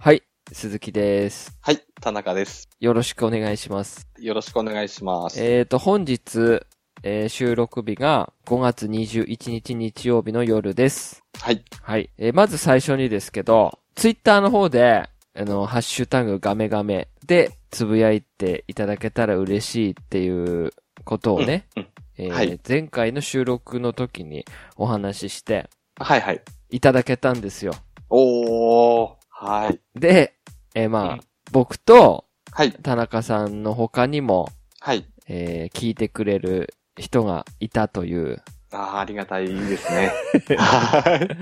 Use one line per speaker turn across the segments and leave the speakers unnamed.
はい、鈴木です。
はい、田中です。
よろしくお願いします。
よろしくお願いします。
えーと、本日、えー収録日が5月21日日曜日の夜です。
はい、
はい。えーまず最初にですけど、ツイッターの方で、あの、ハッシュタグガメガメでつぶやいていただけたら嬉しいっていうことをね、
うんうん
えー
はい
前回の収録の時にお話しして
はいはい。
いただけたんですよ。
おー、はい、
で、えーまあ、
うん
僕と
はい、
田中さんの他にも、
はい。
えー聞いてくれる人がいたという。
あーありがたいで すね。はい。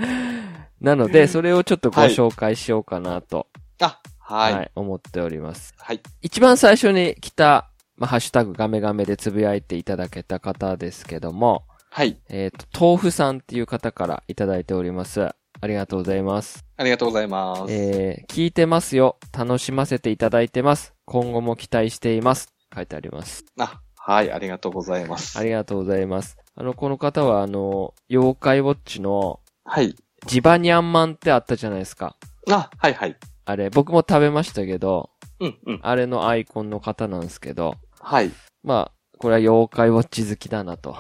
なので、それをちょっとご紹介しようかなと、
あ、
は、
はいい、
思っております。
はい、
一番最初に来た、まあ、ハッシュタグガメガメでつぶやいていただけた方ですけども、
はい。
えっ、と、豆腐さんっていう方からいただいております。ありがとうございます。
ありがとうございます。
えー、聞いてますよ。楽しませていただいてます。今後も期待しています。書いてあります。
あ、はい、ありがとうございます。
ありがとうございます。あの、この方は、あの、妖怪ウォッチの
はい。
ジバニャンマンってあったじゃないですか。
あ、はい、はい。
あれ、僕も食べましたけど、
うん、うん。
あれのアイコンの方なんですけど、
はい。
まあ、これは妖怪ウォッチ好きだなと。。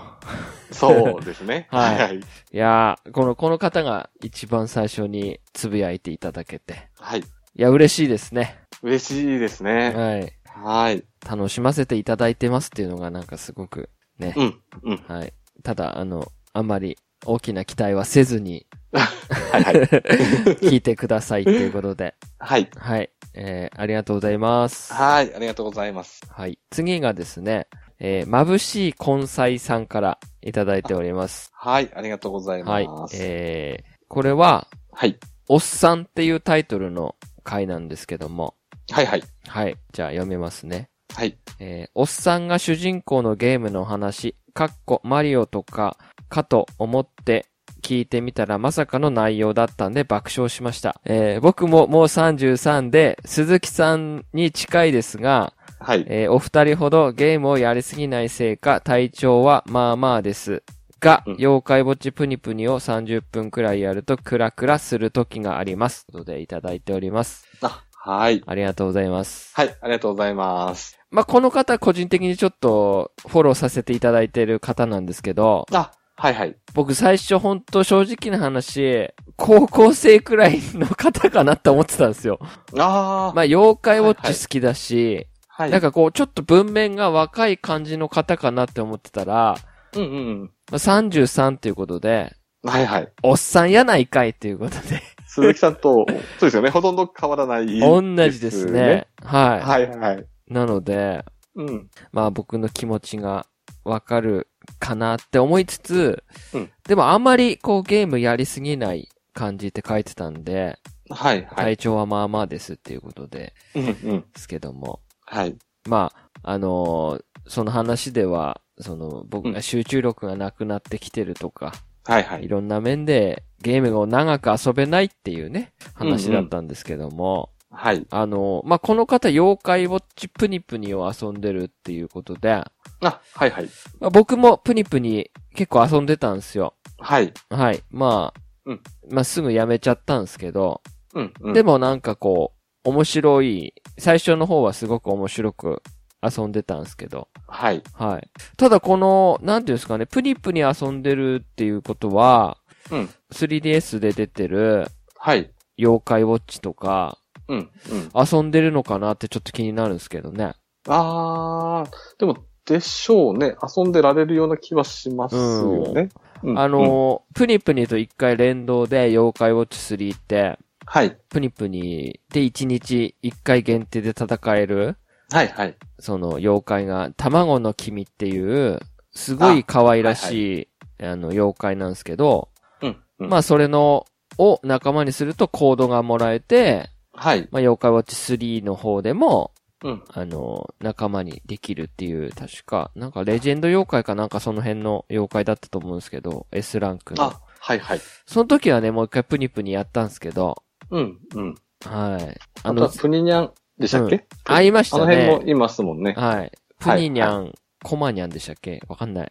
そうですね
はい
はい、
いやー、この、この方が一番最初につぶやいていただけて。
はい。
いや、嬉しいですね。
嬉しいですね。
はい。
はい。
楽しませていただいてますっていうのがなんかすごく、ね。
うん、うん。
はい。ただ、あの、あんまり大きな期待はせずに、
はい、はい。
聞いてくださいということで。
はい。
はい。えー、ありがとうございます。
はい、ありがとうございます。
はい。次がですね、えー、眩しい根菜さんからいただいております。
はい、ありがとうござい
はい
ま。す。
えー、これは、
はい、
おっさんっていうタイトルの回なんですけども。
はい、はい。
はい。じゃあ読めますね。
はい、
えー、おっさんが主人公のゲームの話、かっこマリオとか、かと思って聞いてみたらまさかの内容だったんで爆笑しました。えー、僕ももう33で、鈴木さんに近いですが、
はい。
えーお二人ほどゲームをやりすぎないせいか体調はまあまあです。が、
うん
妖怪ウォッチプニプニを30分くらいやるとクラクラする時があります。ということでいただいております。
あ、はい。
ありがとうございます。
はい、ありがとうございます。
まあ、この方個人的にちょっとフォローさせていただいている方なんですけど、
あ、はいはい。
僕最初本当正直な話、高校生くらいの方かなって思ってたんですよ。
あー、
まあ、妖怪ウォッチ好きだし、
はい。
なん、かこうちょっと文面が若い感じの方かなって思ってたら、
うんうん
まあ33ということで、
うん。はいはい。
おっさんやないかいっていうことで、
鈴木さん と、そうですよね。ほとんど変わらない、
同じですね。。はい。
はいはい。
なので、
うん。
まあ僕の気持ちがわかるかなって思いつつ、
うん
でもあんまりこうゲームやりすぎない感じって書いてたんで、
はいはい。
体調はまあまあですっていうことで
うんうん。
すけども、
はい。
まあ、あのーその話では、その僕が集中力がなくなってきてるとか、
はいはいい。
ろんな面でゲームを長く遊べないっていうね、話だったんですけども、
はい。
あの、まあ、この方、妖怪ウォッチプニプニを遊んでるっていうことで、
あ、はいはい。
まあ、僕もプニプニ結構遊んでたんですよ。
はい。
はい。まあ、
うん
まあ、すぐやめちゃったんですけど、
うんうん。
でもなんかこう、面白い、最初の方はすごく面白く遊んでたんですけど、
はい。
はい。ただこの、なんていうんですかね、プニプニ遊んでるっていうことは、
うん。
3DS で出てる
はい。
妖怪ウォッチとか、
うんうん。
遊んでるのかなってちょっと気になるんですけどね。
あー、でも、でしょうね。遊んでられるような気はしますよね。うん
あ
うん
の、プニプニと一回連動で妖怪ウォッチ3って、
はい。
プニプニで一日一回限定で戦える、
はいはい。
その妖怪が、卵の君っていう、すごい可愛らしい、あ,、の、妖怪なんですけど、
うんうん。
まあそれの、を仲間にするとコードがもらえて、
はい。
まあ妖怪ウォッチ3の方でも、
うん。
あの、仲間にできるっていう、確か、なんかレジェンド妖怪かなんかその辺の妖怪だったと思うんですけど、S ランクの。
あ、はいはい。
その時はね、もう一回プニプニやったんですけど、
うんうん。
はい。あ
あとは
の、
プニニャンでしたっけ、
うん会いました
あの辺も
ね。
いますもんね。
はい。プニニャン、コマニャンでしたっけわかんない。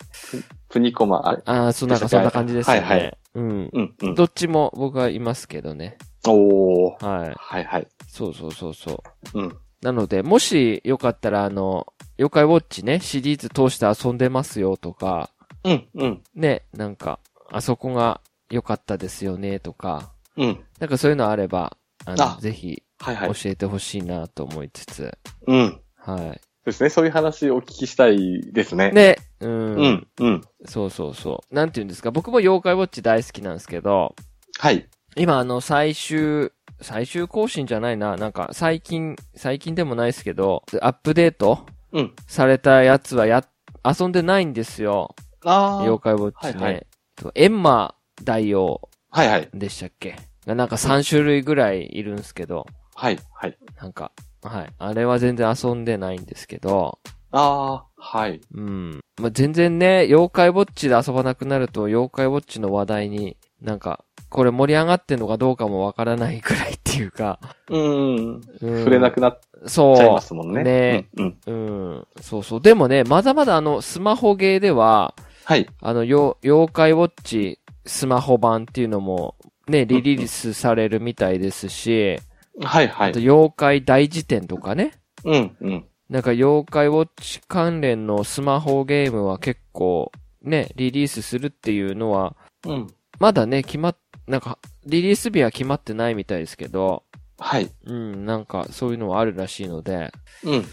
プニコマ。あれ
ああ、そう、なんかそんな感じですよね。
はいはい
うん。
うんうん。
どっちも僕はいますけどね。
おー。
はい。
はいはい。
そうそうそうそう。
うん。
なので、もしよかったら、あの、妖怪ウォッチね、シリーズ通して遊んでますよとか、
うん、うん、
ね、なんか、あそこが良かったですよねとか、
うん。
なんかそういうのあれば、あの、
あ
ぜひ
はいはい。
教えてほしいなと思いつつ、
うん。そう
は
ですね。そういう話をお聞きしたいですね。
い。ね、うん、
うん、うん。
そうそうそう。なんて言うんですか、僕も妖怪ウォッチ大好きなんですけど、
はい。
今あの、最終、最終更新じゃないな、なんか最近、最近でもないですけど、アップデート
うん。
されたやつはや、遊んでないんですよ。
あ
妖
ー。
怪ウォッチね。
はいはい
とエンマ大王
はいはい。
でしたっけがなんか3種類ぐらいいるんですけど、
はい、はい。
なんか、はい。あれは全然遊んでないんですけど、
あー。はい。
うん。まあ、全然ね、妖怪ウォッチで遊ばなくなると、妖怪ウォッチの話題に、なんか、これ盛り上がってんのかどうかもわからないくらいっていう か、
うん。
うん
触れなくなっ
そう。
ちゃいますもんね。
ね
うん、うん。
うん。そうそう。でもね、まだまだあの、スマホゲーでは、
はい。
あの、よ妖怪ウォッチスマホ版っていうのも、ね、リリースされるみたいですし、
はい、は
あと
い。
妖怪大辞典とかね。
うん、うん。
なんか妖怪ウォッチ関連のスマホゲームは結構、ね、リリースするっていうのは、
うん。
まだね、決まっ、なんか、リリース日は決まってないみたいですけど、
はい。
うん、なんかそういうのはあるらしいので、
うん、うん。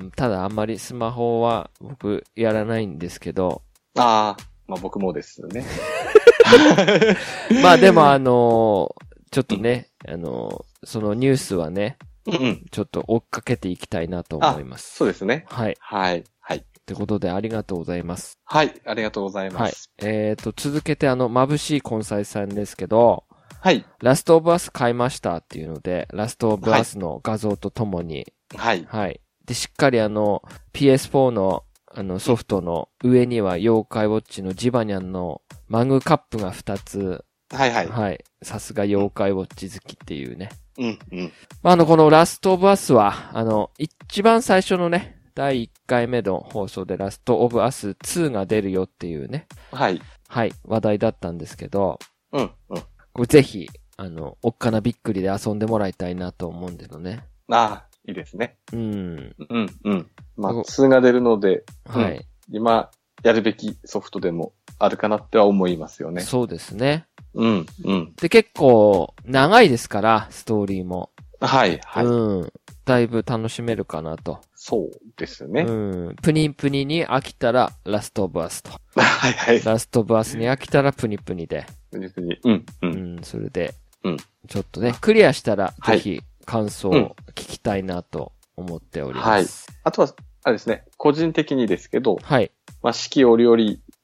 うんただあんまりスマホは僕やらないんですけど、
あー。まあ僕もですね。
まあでもあのーちょっとね、あのーそのニュースはね、
うん、うん。
ちょっと追っかけていきたいなと思います。
そうですね。
はい。
はい、はい。
ってことでありがとうございます。
はい、ありがとうござい
は
ま
い
す。。
えっ、と、続けてあの、眩しい根菜さんですけど、
はい、
ラストオブアス買いましたっていうので、ラストオブアスの画像とともに、
はい。
はい、で、しっかりあの、PS4 の、あの、ソフトの上には、妖怪ウォッチのジバニャンのマグカップが2つ、
はい、は
はいい。。さすが妖怪ウォッチ好きっていうね。
うん、うん。
まあ、あの、このラストオブアスは、あの、一番最初のね、第1回目の放送でラストオブアス2が出るよっていうね、
はい。
はい、話題だったんですけど、
うん、うん。
これぜひ、あの、おっかなびっくりで遊んでもらいたいなと思うんですよね。
ああ、いいですね。
うん。
うん、うん。まあ、
こ
2が出るので、
はい。
今、やるべきソフトでもあるかなっては思いますよね。
そうですね。
うん、うん。
で、結構、長いですから、ストーリーも。
はい、はい。
うん。だいぶ楽しめるかなと。
そうですね。
うん。プニンプニに飽きたら、ラストオブアスと。
はい、はい。
ラストオブアスに飽きたら、プニプニで。
別にうん、う。
うんん、それで、
うん
ちょっとね、クリアしたら、
は
ぜ
い
ひ、感想
うん
を聞きたいなと思っております。
あとは、あれですね、個人的にですけど、
はい。
まあ、四季折々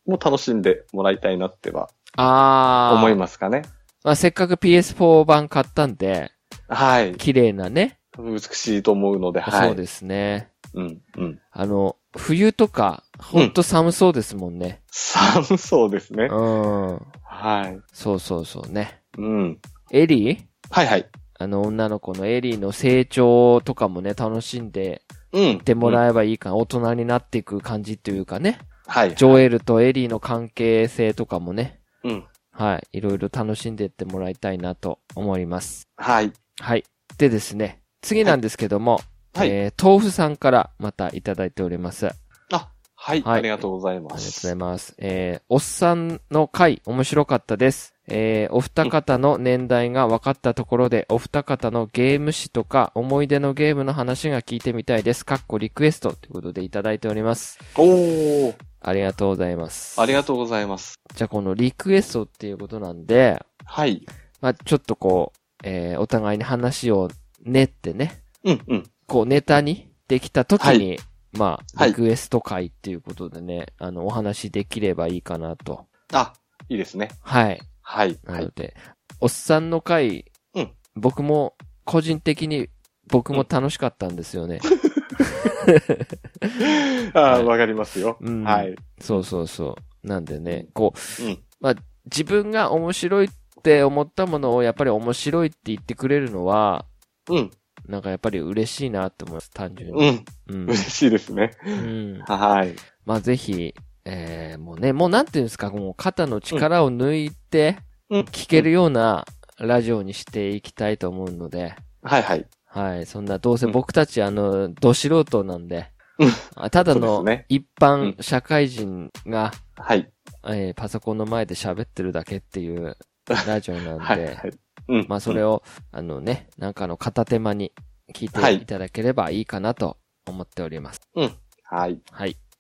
も楽しんでもらいたいなっては
あー。
思いますかね。
まあ、せっかく PS4 版買ったんで、
はい。
綺麗なね。
美しいと思うので、はい。
そうですね。
うん、うん。
あの、冬とか、ほんと寒そうですもんね。
寒そうですね。
うん。
はい。
そうそうそうね。
うん。
エリー
はい、はい。
あの、女の子のエリーの成長とかもね、楽しんで
うん。
っても
うん
らえばいいかな。大人になっていく感じというかね。
はい。
ジョエルとエリーの関係性とかもね。
うん。
はい。いろいろ楽しんでいってもらいたいなと思います。
はい。
はい。でですね、次なんですけども、
はい
えー、豆腐さんからまたいただいております。あり
あ、はい、
はい
ありがとうござい
がと
ま
うご
す。
ざいます。えー、おっさんの回、面白かったです。えー、お二方の年代が分かったところで、お二方のゲーム史とか、思い出のゲームの話が聞いてみたいです。かっこリクエストということでいただいております。
おー、
ありがとうございます。
ありがとうございます。
じゃあこのリクエストっていうことなんで、
はい。
まあちょっとこう、えー、お互いに話を練ってね、
うん、うん。
こうネタにできた時に、
は
まあ、
はい
リクエスト会っていうことでね、あの、お話できればいいかなと。
あ、いいですね。
はい。
はい、
な
は
の
い。
で、おっさんの会、
うん
僕も、個人的に、僕も楽しかったんですよね。
あ
は
ー
い
わかりますよ。
うん
はい。
そうそうそう。なんでね、こう、
うん。
自分が面白いって思ったものを、やっぱり面白いって言ってくれるのは、
うん、
なんかやっぱり嬉しいなって思います、単純
う
に。
ん。
うん
嬉しいですね。
うん
はい。
まあ、ぜひ、えー、もうね、もうなんていうんですか、もう肩の力を抜いて
うん
聞けるようなラジオにしていきたいと思うので、
はいはい。
はい。そんな、どうせ
うん
僕たち、あの、ど素人なんで
うん、
あただ
そ
の
うですね
一般社会人が、
はい。
えーパソコンの前で喋ってるだけって いうラジオなんで、
はいはい。うん。
まあそれ
を。
を、あのね、なんかの片手間に聞い
は
て
い
いただければいいかなと思っております。
はい。
はい。